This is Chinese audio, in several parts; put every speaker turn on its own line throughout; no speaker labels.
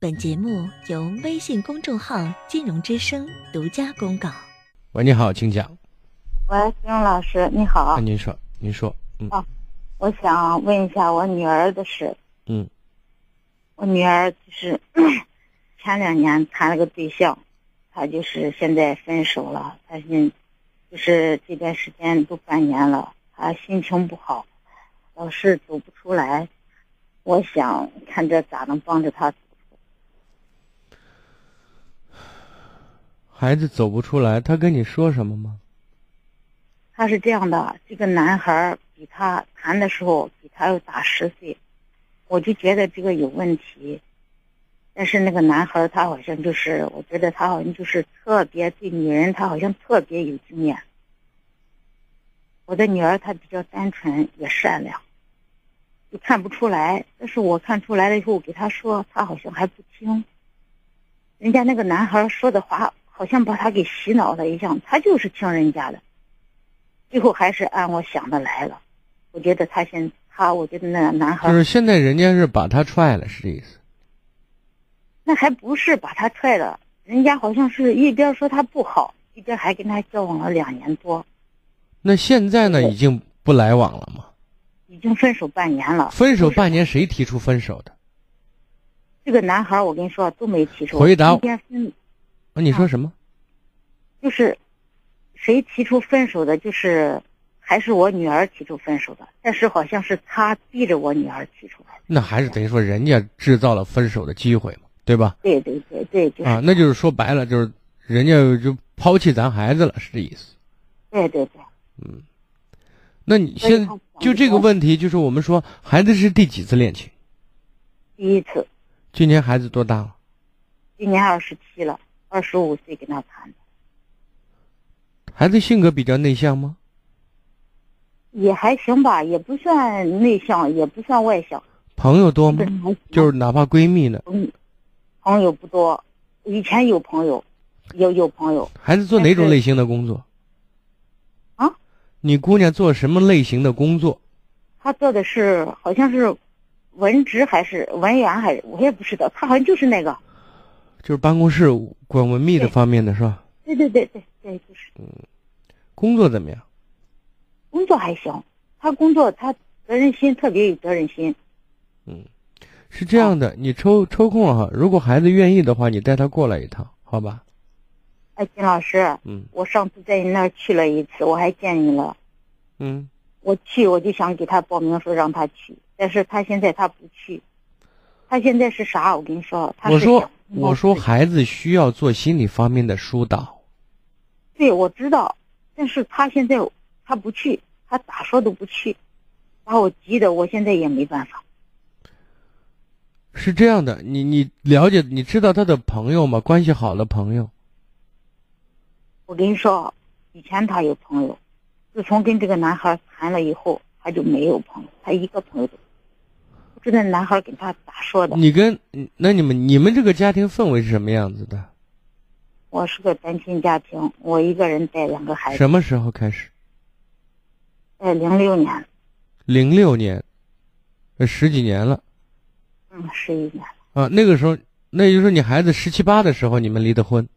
本节目由微信公众号“金融之声”独家公告。
喂，你好，请讲。
喂，金荣老师，你好
那，您说，您说，嗯
啊我想问一下我女儿的事。
嗯，
我女儿就是 前两年谈了个对象，她就是现在分手了，她现就是这段时间都半年了，她心情不好，老是走不出来。我想看这咋能帮着她。
孩子走不出来，他跟你说什么吗？
她是这样的，这个男孩儿比她谈的时候比她要大十岁，我就觉得这个有问题。但是那个男孩儿他好像就是，我觉得他好像就是特别对女人，他好像特别有经验。我的女儿她比较单纯，也善良，就看不出来。但是我看出来了以后，我给她说，她好像还不听。人家那个男孩儿说的话，好像把她给洗脑了一样，她就是听人家的。最后还是按我想的来了。我觉得他现他，我觉得那男孩
就
儿
是现在人家是把他踹了，是这意思。
那还不是把他踹了，人家好像是一边说他不好，一边还跟他交往了两年多，
那现在呢，已经不来往了吗？
已经分手半年了。
分手半年，谁提出分手的？
这个男孩儿，我跟你说啊都没提出
回答
今天分
啊，你说什么？
就是谁提出分手的，就是还是我女儿提出分手的，但是好像是他逼着我女儿提出来的。
那还是等于说人家制造了分手的机会嘛，对吧？
对对对对，就是、
啊，那就是说白了，就是人家就抛弃咱孩子了，是这意思。
对对对，
那你
所以
现
他想
就这个
说
问题，就是我们说孩子是第几次恋情？
第一次，
今年孩子多大了？
今年二十七了，二十五岁跟他谈的，
孩子性格比较内向吗？
也还行吧，也不算内向，也不算外向，
朋友多吗
这？还行
就是哪怕闺蜜呢，
嗯，朋友不多，以前有朋友，有有朋友，
孩子做哪种
但是
类型的工作？
啊？
你姑娘做什么类型的工作？
他做的是好像是文职还是文员还是我也不知道，他好像就是那个，
就是办公室管文秘的
对
方面的是吧？
对对对对对，就是
工作怎么样？
工作还行，他工作他责任心特别有责任心，
是这样
哦
的，你抽抽空哈、如果孩子愿意的话，你带他过来一趟，好吧？
哎，金老师，
嗯
我上次在你那儿去了一次，我还见你了。
嗯，
我去，我就想给他报名说让他去，但是他现在他不去，他现在是啥？我跟你说，他是
我说
想
我说孩子需要做心理方面的疏导，
对，我知道，但是他现在他不去，他咋说都不去，把我急的，我现在也没办法。
是这样的，你你了解你知道他的朋友吗？关系好的朋友，
我跟你说，啊以前他有朋友，自从跟这个男孩谈了以后，他就没有朋友，他一个朋友都没有。不知道那男孩跟他咋说的。
你跟那你们你们这个家庭氛围是什么样子的？
我是个单亲家庭，我一个人带两个孩子，
什么时候开始？
在零六年，
零六年，呃十几年了
嗯，十一年，
啊。那个时候，那也就是说你孩子十七八的时候，你们离的婚。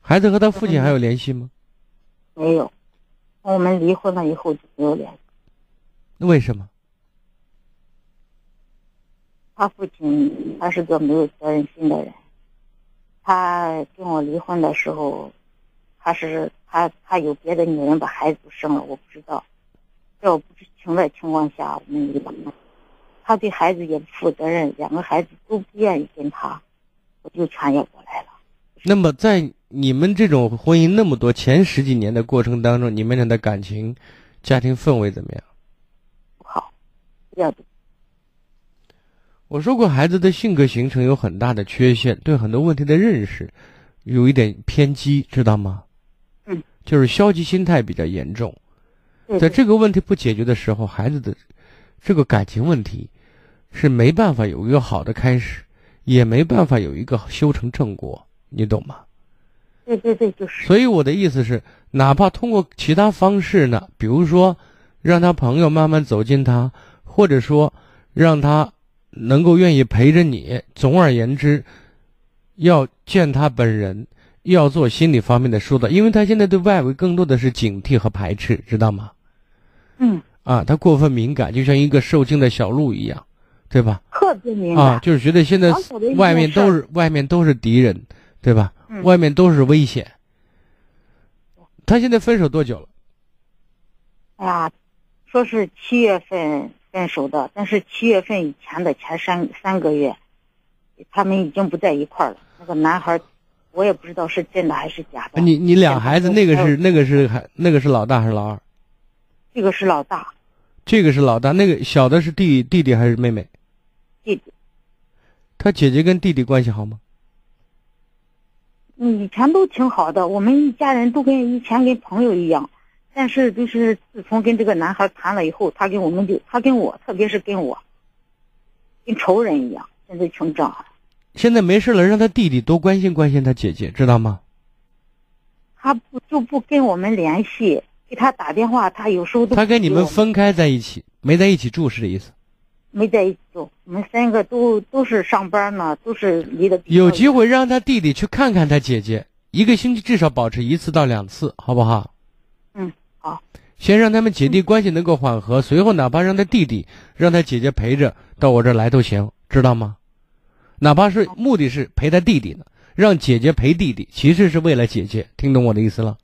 孩子和他父亲还有联系吗？
没有。我们离婚了以后就没有联系。
那为什么？
他父亲他是个没有责任心的人，他跟我离婚的时候，他是他他有别的女人把孩子生了，我不知道，在我不知情的情况下，我们离了婚。他对孩子也不负责任，两个孩子都不愿意跟他，我就穿越过来了。
那么在你们这种婚姻那么多前十几年的过程当中，你们俩的感情、家庭氛围怎么样？
不好，要不
我说过，孩子的性格形成有很大的缺陷，对很多问题的认识有一点偏激，知道吗？
嗯，
就是消极心态比较严重。
对
在
对
这个问题不解决的时候，孩子的这个感情问题是没办法有一个好的开始，也没办法有一个修成正果，你懂吗？
对对对，就是
所以我的意思是，哪怕通过其他方式呢，比如说让他朋友慢慢走近他，或者说让他能够愿意陪着你。总而言之，要见他本人，要做心理方面的疏导，因为他现在对外围更多的是警惕和排斥，知道吗？
嗯，
啊，他过分敏感，就像一个受惊的小鹿一样，对吧？
特别敏感。
啊，就是觉得现在
老小的一件
外面都
事
是外面都是敌人，对吧？
嗯
外面都是危险。他现在分手多久了？
哎呀，说是七月份分手的，但是七月份以前的前三三个月，他们已经不在一块儿了。那个男孩儿，我也不知道是真的还是假的。
你你俩孩子，
嗯
那个
还
是
有
那个是还那个是老大还是老二？
这个是老大
这个是老大，那个小的是弟弟弟还是妹妹？
弟弟，
他姐姐跟弟弟关系好吗？
嗯，以前都挺好的，我们一家人都跟以前跟朋友一样。但是就是自从跟这个男孩谈了以后，他跟我们就他跟我，特别是跟我，跟仇人一样，现在成长。
现在没事了，让他弟弟多关心关心他姐姐，知道吗？
他不就不跟我们联系，给他打电话，他有时候都
他
不
跟你
接
们
我
分开在一起，没在一起住是这意思。
没在一起住，我们三个都都是上班呢，都是离得比较
有
远
机会让他弟弟去看看他姐姐，一个星期至少保持一次到两次，好不好？
嗯，好。嗯
先让他们姐弟关系能够缓和，随后哪怕让他弟弟、让他姐姐陪着到我这儿来都行，知道吗？哪怕是目的是陪他弟弟呢，让姐姐陪弟弟，其实是为了姐姐，听懂我的意思了？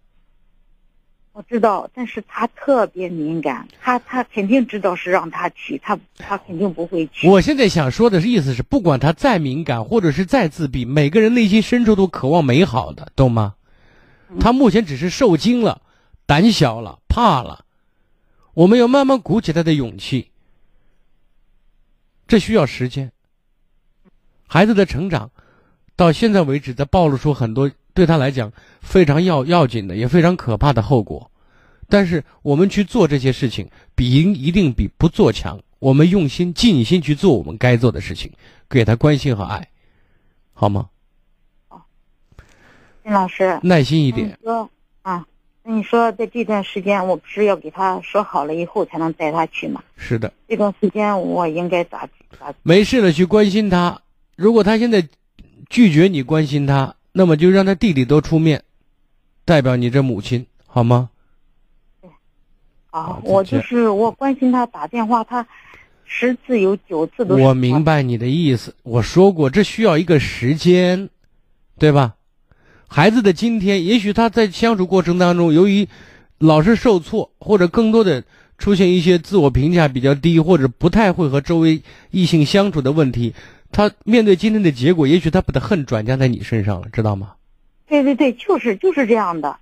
我知道，但是他特别敏感，他他肯定知道是让他去，他他肯定不会去。
我现在想说的是意思是，不管他再敏感或者是再自闭，每个人内心深处都渴望美好的，懂吗？他目前只是受惊了，胆小了，怕了，我们要慢慢鼓起他的勇气，这需要时间。孩子的成长到现在为止，他暴露出很多对他来讲非常要要紧的，也非常可怕的后果。但是我们去做这些事情，比一一定比不做强。我们用心、尽心去做我们该做的事情，给他关心和爱，好吗？
金老师，
耐心嗯一
那你
点。
说啊，那你说在这段时间，我不是要给他说好了以后才能带他去吗？
是的，
这段时间我应该咋咋？
没事了去关心他。如果他现在拒绝你关心他，那么就让他弟弟多出面，代表你这母亲，好吗？
啊
好，
我
再见
就是我关心他，打电话他十次有九次都是
我明白你的意思，我说过这需要一个时间，对吧？孩子的今天，也许他在相处过程当中，由于老是受挫，或者更多的出现一些自我评价比较低，或者不太会和周围异性相处的问题，他面对今天的结果，也许他把他恨转嫁在你身上了，知道吗？
对对对，就是就是这样的。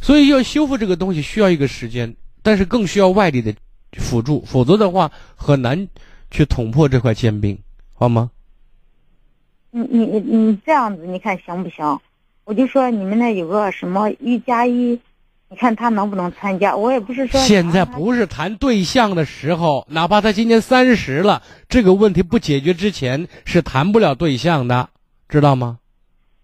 所以要修复这个东西需要一个时间，但是更需要外力的辅助，否则的话很难去捅破这块坚冰，好吗？
你你你你这样子，你看行不行？我就说你们那有个什么一加一，你看他能不能参加？我也不是说
现在
想让他
不是谈对象的时候，哪怕他今年三十了，这个问题不解决之前是谈不了对象的，知道吗？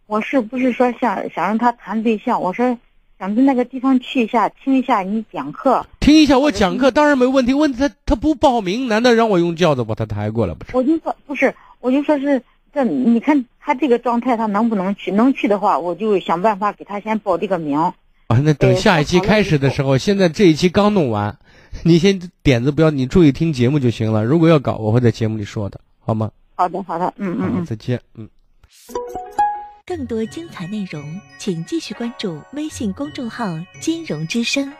我是不是说想想让他谈对象？我说想到那个地方去一下，听一下你讲课。
听一下我讲
嗯
课当然没问题，问题他他不报名，难道让我用轿子把他抬过来不成？
我就说不是，我就说是这，你看他这个状态，他能不能去？能去的话，我就想办法给他先报这个名。
啊，那等
对
下一期开始的时候，现在这一期刚弄完，你先点子不要，你注意听节目就行了。如果要搞，我会在节目里说的，好吗？
好的，好的，嗯嗯
好
嗯。
再见，嗯。
更多精彩内容，请继续关注微信公众号“金融之声”。